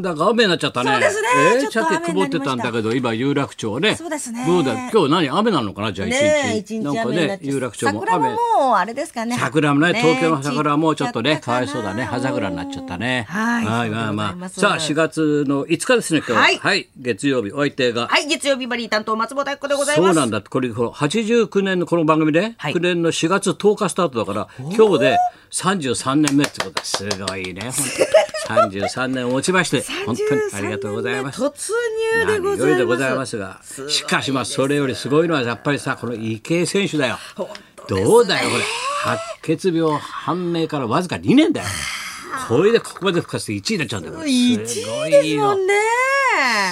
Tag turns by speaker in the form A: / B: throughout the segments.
A: だから雨になっちゃったね。
B: そうですね
A: えー
B: ちょっと
A: 鮭
B: 雨に
A: 曇
B: な
A: っ
B: りました
A: てたんだけど、今有楽町ね。
B: そうですね
A: どうだ、今日何雨なのかな、じゃあ一日。
B: ねえ、一日
A: なんか
B: 雨にな
A: ね、
B: っちゃう
A: 有楽町も
B: 桜も
A: 雨。
B: もうあれですかね。
A: 桜もね、東京の桜はもうちょっとね、
B: 散
A: かわいそうだね。葉桜になっちゃったね。
B: はいそうで
A: ま
B: ござ
A: あ
B: い
A: ま
B: ま
A: あ。
B: す
A: さあ、4月の5日ですね、今日は。
B: はい
A: 月曜日、お相手が。
B: はい、月曜日バリー担当松本明子でござい
A: そ
B: ま
A: う
B: す。
A: なんだってこれこの89年のこの番組ね、
B: はい
A: 9年の4月10日スタートだから今日で33年目ってことですごいね本当に33年をもちまして本当にありがとうございます。
B: 突入
A: 何
B: でございます。
A: よりでございますがしかしまあそれよりすごいのはやっぱりさこの池江選手だよ。どうだよこれ白血病判明からわずか2年だよ。これでここまで復活して1位になっちゃうんだからすごい
B: です
A: よ
B: もんね。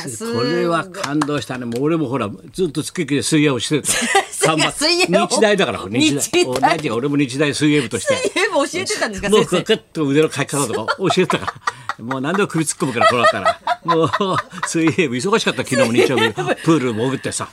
B: す
A: これは感動したね。もう俺もほら、ずっと月きで水泳をしてた。
B: 水泳水泳を
A: 日大だから、日
B: 日
A: 大。
B: 大
A: 同じ俺も日大水泳部として。
B: え、もう教えてたんですか、
A: もう
B: 先
A: こう
B: 生。
A: カッと腕のかき方とか教えてたから。もう何でも首突っ込むから、こうなったら。もう、水泳部忙しかった、昨日も日曜日。プール潜ってさ。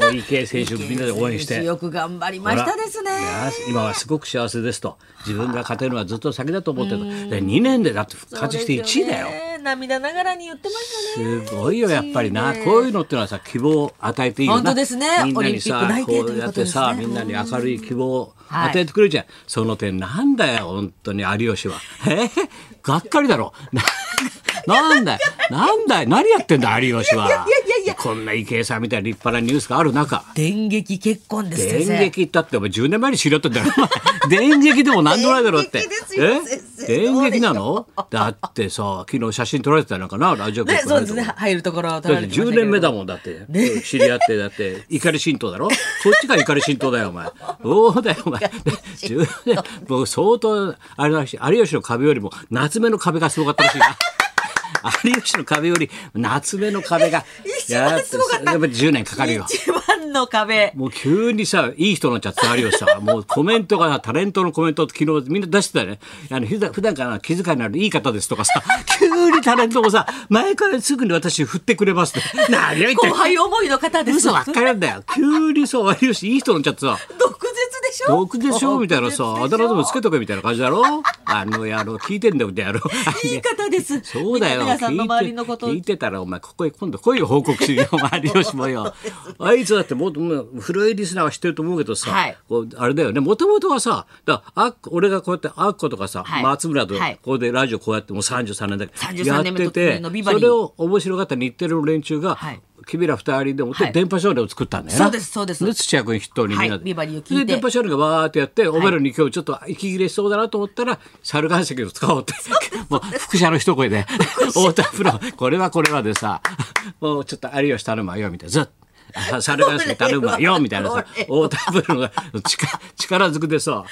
A: もう池江選手みんなで応援して。
B: よく頑張りましたですね。
A: いや今はすごく幸せですと自分が勝てるのはずっと先だと思ってた2年でだって復活して1位だよ
B: そうですね。涙ながらに言ってましたね。
A: すごいよやっぱりなこういうのってのはさ希望を与えていいよな
B: 本当ですね
A: みんなにさ
B: オリンピック内定
A: こう
B: という
A: や
B: こ
A: っ
B: と
A: て
B: ですね
A: さみんなに明るい希望を
B: はい
A: 与えてくれるじゃん、その点なんだよ本当に有吉はえー、がっかりだろ ななんだよなんだよ何やってんだ有吉はい
B: やいやいやいや
A: こんな池江さんみたいな立派なニュースがある中
B: 電撃結婚です、
A: 電
B: 先生。
A: 撃だってお前10年前に知り合ったんだよ 電撃でも何でもないだろうって
B: 電撃ですよ先生
A: 電撃なの
B: どうでしょう
A: だってさ昨日写真撮られてたのかなラジオ局
B: ね、
A: か
B: そう
A: ら
B: ですね。入るところを取
A: だって
B: られて
A: 10
B: ましたけれ
A: 年
B: ど
A: 目だもんだって、知り合ってだ って怒り浸透だろこっちが怒り浸透だよお前そうだよお前10年僕相当あれらしい有吉の壁よりも夏目の壁がすごか ったらしいな有吉の壁より夏目の壁が
B: 一番すごかった
A: やっぱり10年かかるよ
B: 一番の壁。
A: もう急にさ、いい人になっちゃって、有吉さん。もうコメントがさ、タレントのコメントって昨日みんな出してたよね。あの、普段普段から気遣いのあるいい方ですとかさ、 急にタレントもさ、前からすぐに私振ってくれますって。何を言って
B: 後
A: んの
B: 輩思いの方です。
A: 嘘ばっかりなんだよ。急にそう、有吉いい人になっちゃってさ、
B: 毒舌でしょ
A: 毒でしょみたいなさ、あだ名でもつ
B: つ
A: けとけみたいな感じだろあの野郎、聞いてんだよ、みたいな野郎。
B: 言い方です
A: そうだよ。
B: 皆さんの
A: 聞
B: 周
A: い
B: り
A: て
B: のこと
A: 聞いてたら、お前、ここへ今度来いよ、報告しによ、周りよしも よ。あいつだって、もっと、もう古いリスナーは知ってると思うけどさ、
B: はい
A: こうあれだよね、もともとはさ、だあっ俺がこうやって、あっことかさ、
B: はい
A: 松村と、こ
B: はい
A: こでラジオこうやって、もう33年だけど、や
B: 33
A: っ
B: 年目
A: てて
B: のビ、バリ
A: そ
B: ー
A: れを面白がった日テレの連中が
B: はい、
A: 君ら二人でもって、
B: はい
A: 電波少年を作ったんだよな。
B: そうですそうです
A: 土屋君筆頭にみんな
B: は
A: で。
B: いビバリーを聞い
A: で
B: て
A: 電波少年がわーってやって、お前らに今日ちょっと息切れしそうだなと思ったら、猿岩石を使おう って、もう副社の一声で、太田プロ、これはこれはでさ、もうちょっと有吉頼むわよ、みたいな。ずっあ猿岩石頼むわよ、みたいな さ、
B: こ
A: 太田プロが力力ずくでさ、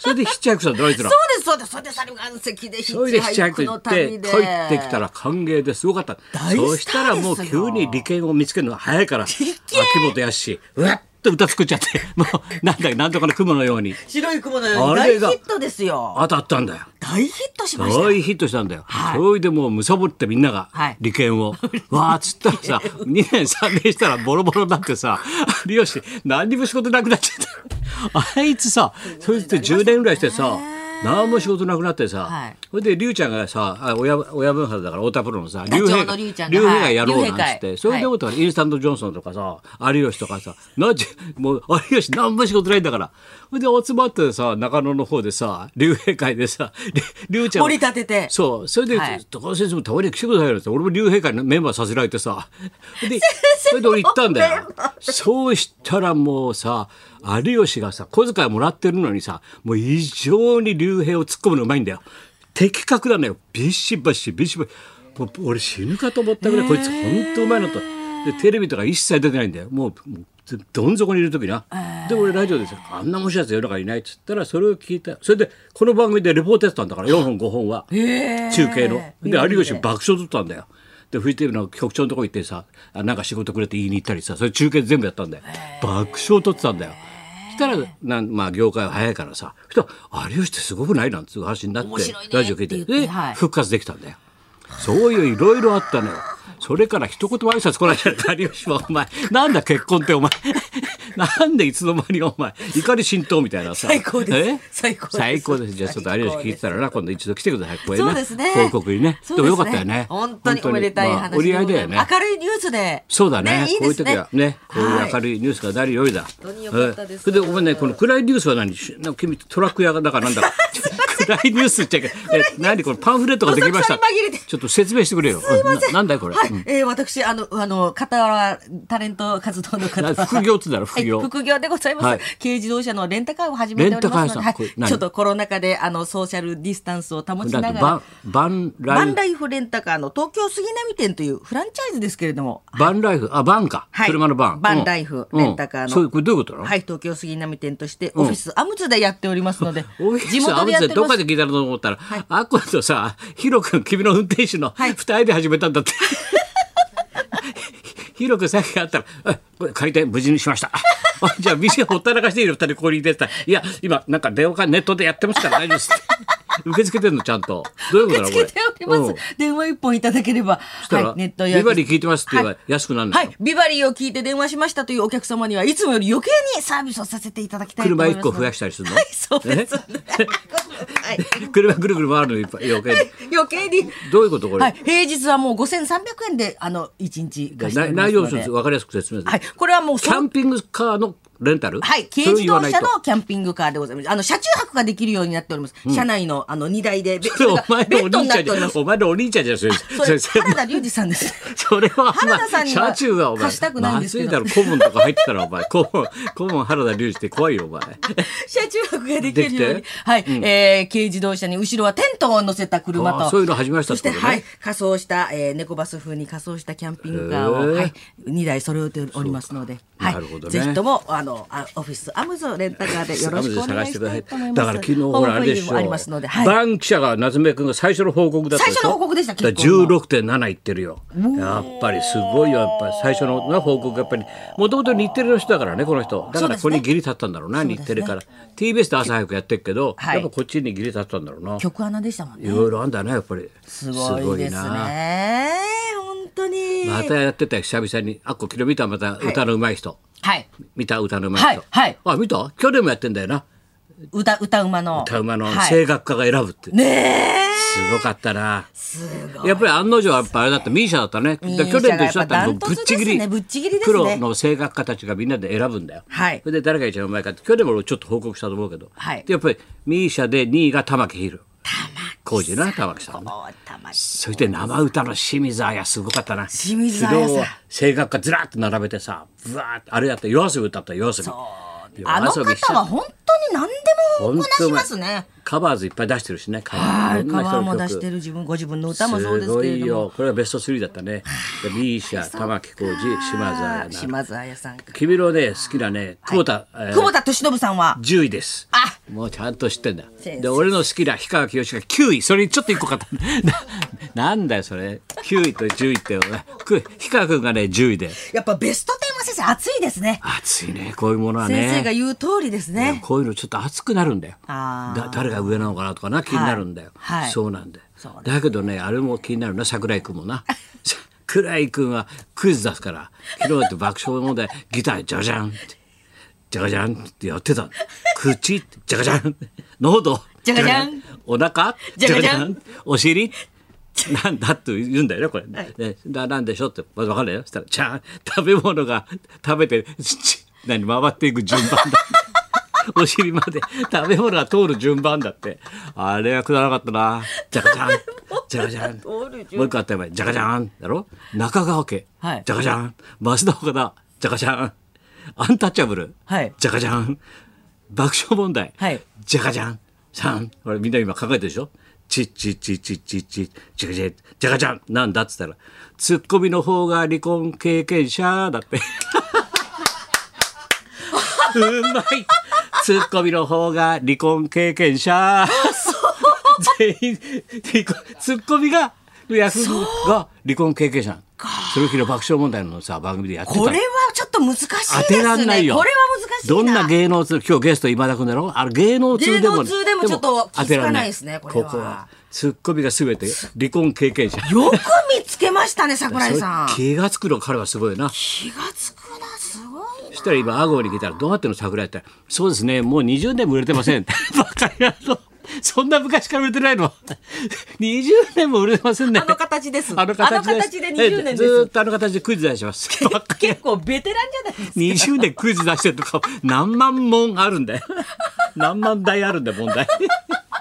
A: そそれでヒッチハイクしたの、ドイツ
B: そ
A: の
B: う。ですそうですそうです猿岩石でヒ
A: それで
B: ッ
A: ヒッ
B: チ
A: チ
B: ハ
A: ハイ
B: イク
A: ク行
B: の
A: っ
B: 旅
A: て
B: で
A: 帰ってきたら歓迎ですごかった
B: 大スターですよ
A: そしたらもう急に利権を見つけるのが早いから秋元康うわっと歌作っちゃってもうなんだなんとかの雲のように
B: 白い雲のように
A: あ
B: 大
A: れ
B: ヒ
A: が
B: ットですよ
A: 当たったんだよ
B: 大ヒットしましたよ
A: 大ヒットしたんだよ、
B: はい
A: それでもうむさぼってみんなが
B: はい
A: 利権 を、わーっつったらさ2年3年したらボロボロになってさ 有吉何にも仕事なくなっちゃったあいつさそいつって10年ぐらいしてさ何も仕事なくなってさ、
B: はい
A: それで龍ちゃんがさあ親親分派だから太田プロのさ
B: ダチ
A: 龍
B: ョウ
A: 平
B: の
A: が
B: 竜
A: 竜
B: ちゃん
A: 兵
B: が
A: がやろう
B: はい
A: なんつって、
B: 竜兵会
A: それでもっとインスタントジョンソンとかさ有吉とかさなじもう有吉何も仕事ないんだからそれで集まってさ中野の方でさ竜兵会でさり龍ちゃん
B: 盛り立てて
A: そうそれで、
B: はい
A: 高田先生もたまに来てくださいよって俺も竜兵会のメンバーさせられてさ でそれで俺行ったんだよそうしたらもうさ有吉がさ小遣いもらってるのにさもう異常に竜兵を突っ込むのうまいんだよ的確なのよビシバシビシバシもう俺死ぬかと思ったぐらいこいつ本当うまいのとでテレビとか一切出てないんだよもうもうどん底にいる時な、で俺ラジオでさあんな面白いやつ世の中にいないっつったらそれを聞いたそれでこの番組でレポートやってたんだから4本5本は。
B: へー
A: 中継の。
B: ビ
A: で
B: バリー
A: 有吉爆笑取ったんだよ。でフジテレビの局長のとこ行ってさあなんか仕事くれって言いに行ったりさそれ中継全部やったんだよ。爆笑取ってたんだよ。そしたらなん、まあ、業界は早いからさそしたら「有吉ってすごくない?」なんつう話になって
B: 面白いね
A: ラジオ聞いて
B: って言って
A: で
B: はい
A: 復活できたんだよ。そういういろいろあったのよ。それから一言も挨拶来ないじゃないか有吉はお前なんだ結婚ってお前 なんでいつの間にお前怒り浸透みたいなさ
B: 最高です
A: え
B: 最高です
A: 最高ですじゃあちょっと有吉聞いてたらな今度一度来てくださいここへね
B: そうですね
A: 報告にね
B: そう
A: でも
B: す
A: よかったよね
B: 本当におめでたい
A: 本
B: 話
A: 当にまあ折り合いだよ
B: でござ
A: ね
B: ます明るいニュースで
A: そうだね
B: い
A: こ
B: い
A: う
B: で
A: いう
B: す
A: 時はねこういう明
B: い
A: るいニュースがなるよりだ
B: 本当によかったです
A: えでごめんねこの暗いニュースは何しなんか君トラック屋だか なんだか暗いニュースって言っちゃいけないえ何これパンフレットができました
B: お客さんに紛れて
A: ちょっと説明してくれよすななんだいこれ、
B: はい、
A: うん
B: えー私あのあの傍らタレント活動の方
A: な副業っつうんだろ
B: はい
A: 副業
B: 副業でございます、
A: はい
B: 軽自動車のレンタカーを始めております
A: レンタカー屋さ
B: ので、
A: ん
B: はい
A: これ何
B: ちょっとコロナ禍であのソーシャルディスタンスを保ち
A: な
B: な
A: て
B: んがら
A: バンバンラ
B: バ
A: イ
B: ン
A: フ
B: ライフレンタカーの東京杉並店というフランチャイズですけれども、
A: バンライフあバンか、
B: はい
A: 車のバン
B: バンライフ
A: うん
B: レンタカーの
A: うんそういうこれどういうことなの、
B: はい、東京杉並店としてオフィスアムツでやっておりま すので、
A: おい
B: 地元でやっており
A: どっ
B: ま
A: か
B: す。
A: で聞いたのと思ったら、あっことさヒロ君君の運転手の二人で始めたんだ って、ヒロ君さっきあったらあ「これ借りて無事にしました」あ「じゃあ店ほったらかしている二人ここにいてた」「いや今なんか電話かネットでやってますから大丈夫です」受け付けてんのちゃんとどういうことなの
B: つ
A: これ
B: けておりま
A: うん
B: す。電話一本いただければ、
A: したら
B: はい、ネット予約
A: ビバリー聞いてますって言えば
B: はい
A: 安くなるのよ
B: はい、ビバリーを聞いて電話しましたというお客様には、いつもより余計にサービスをさせていただきたいと思
A: 車
B: います
A: 一
B: ので。
A: 個増やしたりするの、
B: はい、そうです。
A: え
B: はい、
A: 車ぐるぐる回るのいっぱい余計に
B: 余計に。
A: どういうことこれ、
B: はい、平日はもう5300円で、あの、一日貸してお
A: な
B: ります
A: 内
B: の
A: 容
B: で。
A: を分かりやすく説明する、
B: はい、これはもう
A: キャンピングカーのレンタル
B: はい、軽自動車のキャンピングカーでございます。あの、車中泊ができるようになっております。車内の、あの、荷台で、ベ
A: それお
B: が
A: 前
B: ベ
A: のお
B: ッド
A: 兄
B: にな
A: ちゃん
B: って
A: じ
B: おります。
A: ゃお前のお兄ちゃんじ ゃそれ
B: それ、
A: 先生
B: 原田龍二さんです。
A: それはお
B: 原田
A: 前
B: さんに
A: 車
B: は
A: 中はお前
B: 貸したくないんですけど
A: まずいだろ顧問とか入ってたらお前 顧問顧問原田隆二って怖いよお前
B: 車中泊ができるよ
A: で
B: うに
A: きて。
B: はい、えー軽自動車に後ろはテントを乗せた車
A: あー
B: と。
A: そういうの始めました
B: そして、
A: ってことね
B: はい、仮装した、えー、猫バス風に仮装したキャンピングカー
A: へ
B: を、
A: ー
B: はい、2台揃えておりますので、はい、
A: なるほどね
B: ぜひとも、あの、あオフィスアムゾレンタカーでよろしくお願いしたいと思い ます。
A: だから昨日ほらあれでし
B: ホームページに
A: ょ
B: もありますので、はい。
A: バン記者が夏目君が最初の報告だったでしょ
B: 最初の報告でした
A: だ
B: 結構
A: 16.7いってるよやっぱりすごいよやっぱり最初のな報告やっぱりもともと日テレの人だからねこの人だか
B: そ
A: ら
B: うで
A: こ
B: す
A: こ
B: ね
A: にギリ立ったんだろうな日テレから TBS で朝早くやってるけど
B: はい
A: やっぱこっちにギリ立ったんだろうな
B: 曲穴でしたもん
A: い
B: ね。
A: ろいろあんだねやっぱり
B: すごいです
A: すごな
B: ね。本当に。
A: またやってたよ久々にあっこ昨日見たまた歌の上手い人
B: はい。
A: 見た歌の上手い人
B: はいはい
A: あ見た去年もやってんだよな
B: 歌、歌うまの。
A: 歌うまの
B: はい
A: 声楽家が選ぶって
B: ねえ。
A: すごかったな
B: すごい。
A: やっぱり案の定はやっぱあれだったミーシャだったね。
B: ミー
A: だから去年と一緒だった
B: や
A: の
B: っぱ
A: ぶっちぎり。
B: ダントツですねぶっちぎりです
A: プ
B: ね
A: ロの声楽家たちがみんなで選ぶんだよ。
B: はい
A: それで誰が一番うまいかって去年も俺ちょっと報告したと思うけど。
B: はい
A: でやっぱりミーシャで2位が玉木宏。浩二な玉木さんね。
B: おたまし
A: そして生歌の清水彩すごかったな。
B: 清水彩さん
A: 昨日は声楽家ずらっと並べてさ、ぶわーってあれやって夜遊び歌った夜遊び。夜
B: あの
A: 遊びしちゃ
B: 方
A: った
B: は本当に何でもこなしますね。
A: カバーズいっぱい出してるしね。カバ
B: は
A: ー
B: い、
A: いろんな人の
B: 川
A: 曲
B: も出してる自分、ご自分の歌もそうです
A: ご
B: けれ
A: い
B: ども。
A: よこれはベスト3だったねでミーシャ玉置浩二島津
B: あー
A: 亜矢な
B: 島津亜矢さんか。
A: 君のね好きなね久保田、えー
B: 久保田敏信さんは。
A: 10位です
B: あ
A: もうちゃんと知ってんだ
B: 先生
A: で俺の好きな氷川きよしが9位それにちょっと一個かった ななんだよそれ9位と10位ってく氷川君がね10位で
B: やっぱベスト10は先生熱いですね。
A: 熱いねこういうものはね
B: 先生が言う通りですね。
A: こういうのちょっと熱くなるんだよ。
B: あー
A: だ誰が上なのかなとかな気になるんだよ。
B: はいはい
A: そうなんだよ
B: そうね
A: だけどねあれも気になるな桜井君もな。 桜井君はクイズ出すから昨日だって爆笑問題ギタージャジャンってジャガジャンってやってたの口ジャガジャン喉
B: ジャガジャン
A: お腹
B: ジャガジャン
A: お尻なんだって言うんだよねこれ、ねななんでしょってまず分かんないよそしたら「ちゃん食べ物が食べてちち何回っていく順番だ」 お尻まで食べ物が通る順番だってあれはくだらなかったなじゃがじゃんじゃがじゃん
B: 通る順番
A: もう一個あったよお前じゃがじゃんだろ中川家、
B: はい
A: じゃがじゃん増田岡田じゃがじゃんアンタッチャブル、
B: はい
A: じゃがじゃん爆笑問題、
B: はい
A: じゃがじゃんさんこれみんな今考えてるでしょちっちっちっちっちっちっじゃがじゃんじゃがじゃんなんだっつったらツッコミの方が離婚経験者だってうまいツッコミの方が離婚経験者全員離婚ツッコミが役が離婚経験者それを昨日爆笑問題のさ番組でやってたの
B: これはちょっと難しいですね。
A: 当てらんないよ。
B: これは難しいな。
A: どんな芸能通、今日ゲスト今田君だろあの芸能通でも、
B: 芸能通でもちょっと気づかないですねこれは
A: ここは。ツッコミがすべて離婚経験者。
B: よく見つけましたね、桜井さん。
A: それ気がつくの彼はすごいな。
B: 気がつくな、すごいな。
A: から今、アゴに来たら、どうなってんの桜やったら、そうですね、もう20年も売れてません。 バカ野郎。そんな昔から売れてないの 20年も売れてませんね。
B: あの形です
A: あの形
B: あの
A: で
B: 形で20年です
A: えずーっとあの形でクイズ出します。 バカ野郎
B: 結構ベテランじゃないですか。
A: 20年クイズ出してるとか何万問あるんだよ 何万題あるんだよ問題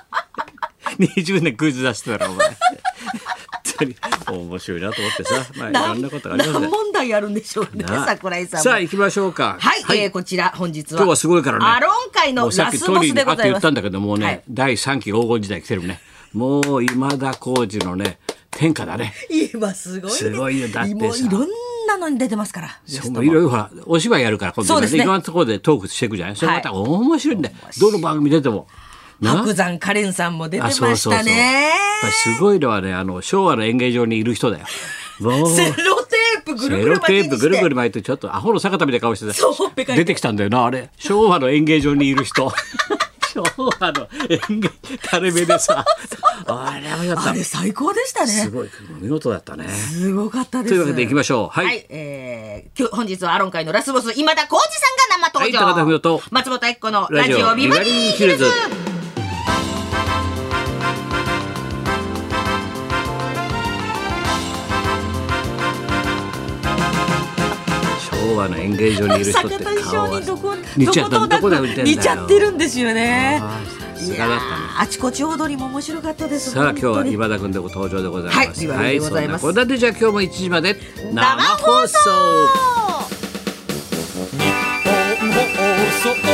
A: 20年クイズ出してたらお前本当に面白いなと思ってさ、まあ、いろんなことがあります
B: 何
A: ね
B: 問題あるんでしょうね、
A: なあ
B: 桜井さんも。
A: さあ行きましょうか
B: はい、えーこちら本日は
A: 今日はすごいからね
B: アロン会
A: も
B: の
A: うさっ
B: ラ
A: き
B: ス
A: ト
B: ボ
A: リー
B: ス
A: に
B: で
A: あ
B: ご
A: って
B: ざ
A: 言
B: いま
A: っ
B: す
A: たんだけどもうね、
B: はい
A: 第3期黄金時代来てるねもう今田耕司のね天下 だね
B: 今すごいね
A: すごいよだってさ
B: もういろんなのに出てますからゲ
A: そ
B: ス
A: う
B: ト
A: も
B: も
A: ういろいろほらお芝居やるから今度
B: そうですね
A: いろんなところでトークしていくじゃないそれまた
B: は
A: 面白いんだよ、どの番組出てもな
B: 白山カレンさんも出てま
A: あそう
B: し
A: そうそう
B: たね
A: やっぱりすごいのはねあの昭和の演芸場にいる人 だよ。もう
B: セロテープぐる
A: セ
B: ぐ
A: ロ
B: る巻きに
A: テー
B: して
A: プぐるぐる巻いてちょっとアホの坂田みたいな顔して
B: そうほっぺ
A: た
B: かいて
A: 出てきたんだよなあれ昭和の演芸場にいる 人昭和の演芸垂れ目でさあれやばか
B: あ
A: っ
B: れ最高でした
A: たす
B: ね
A: ごい見事だったね
B: すごかったです
A: というわけでいきましょう
B: は、
A: はいい、
B: えー、今日本日はアロン会のラスボス今田耕司さんが生登場、
A: はい高田文夫と
B: 松本明子のラジオビバリーヒルズ
A: 昭和の演芸 場にいる人っ
B: 坂
A: て
B: 田師
A: 顔
B: 匠
A: は
B: にどこ
A: 似ちゃった
B: ど
A: ど
B: こ
A: こ
B: だ
A: で
B: か
A: 売ってんだよ
B: 似ちゃってるんですよね
A: あーさ
B: い
A: す
B: や
A: がだったね
B: ーあちこち踊りも面白かったです
A: さあ今日は
B: 本当に
A: 今田君でご登場でございます
B: はい岩田でございます
A: そんなこんなでじゃあ今日も1時まで
B: 生放
A: 生放送
B: 送
C: 本放送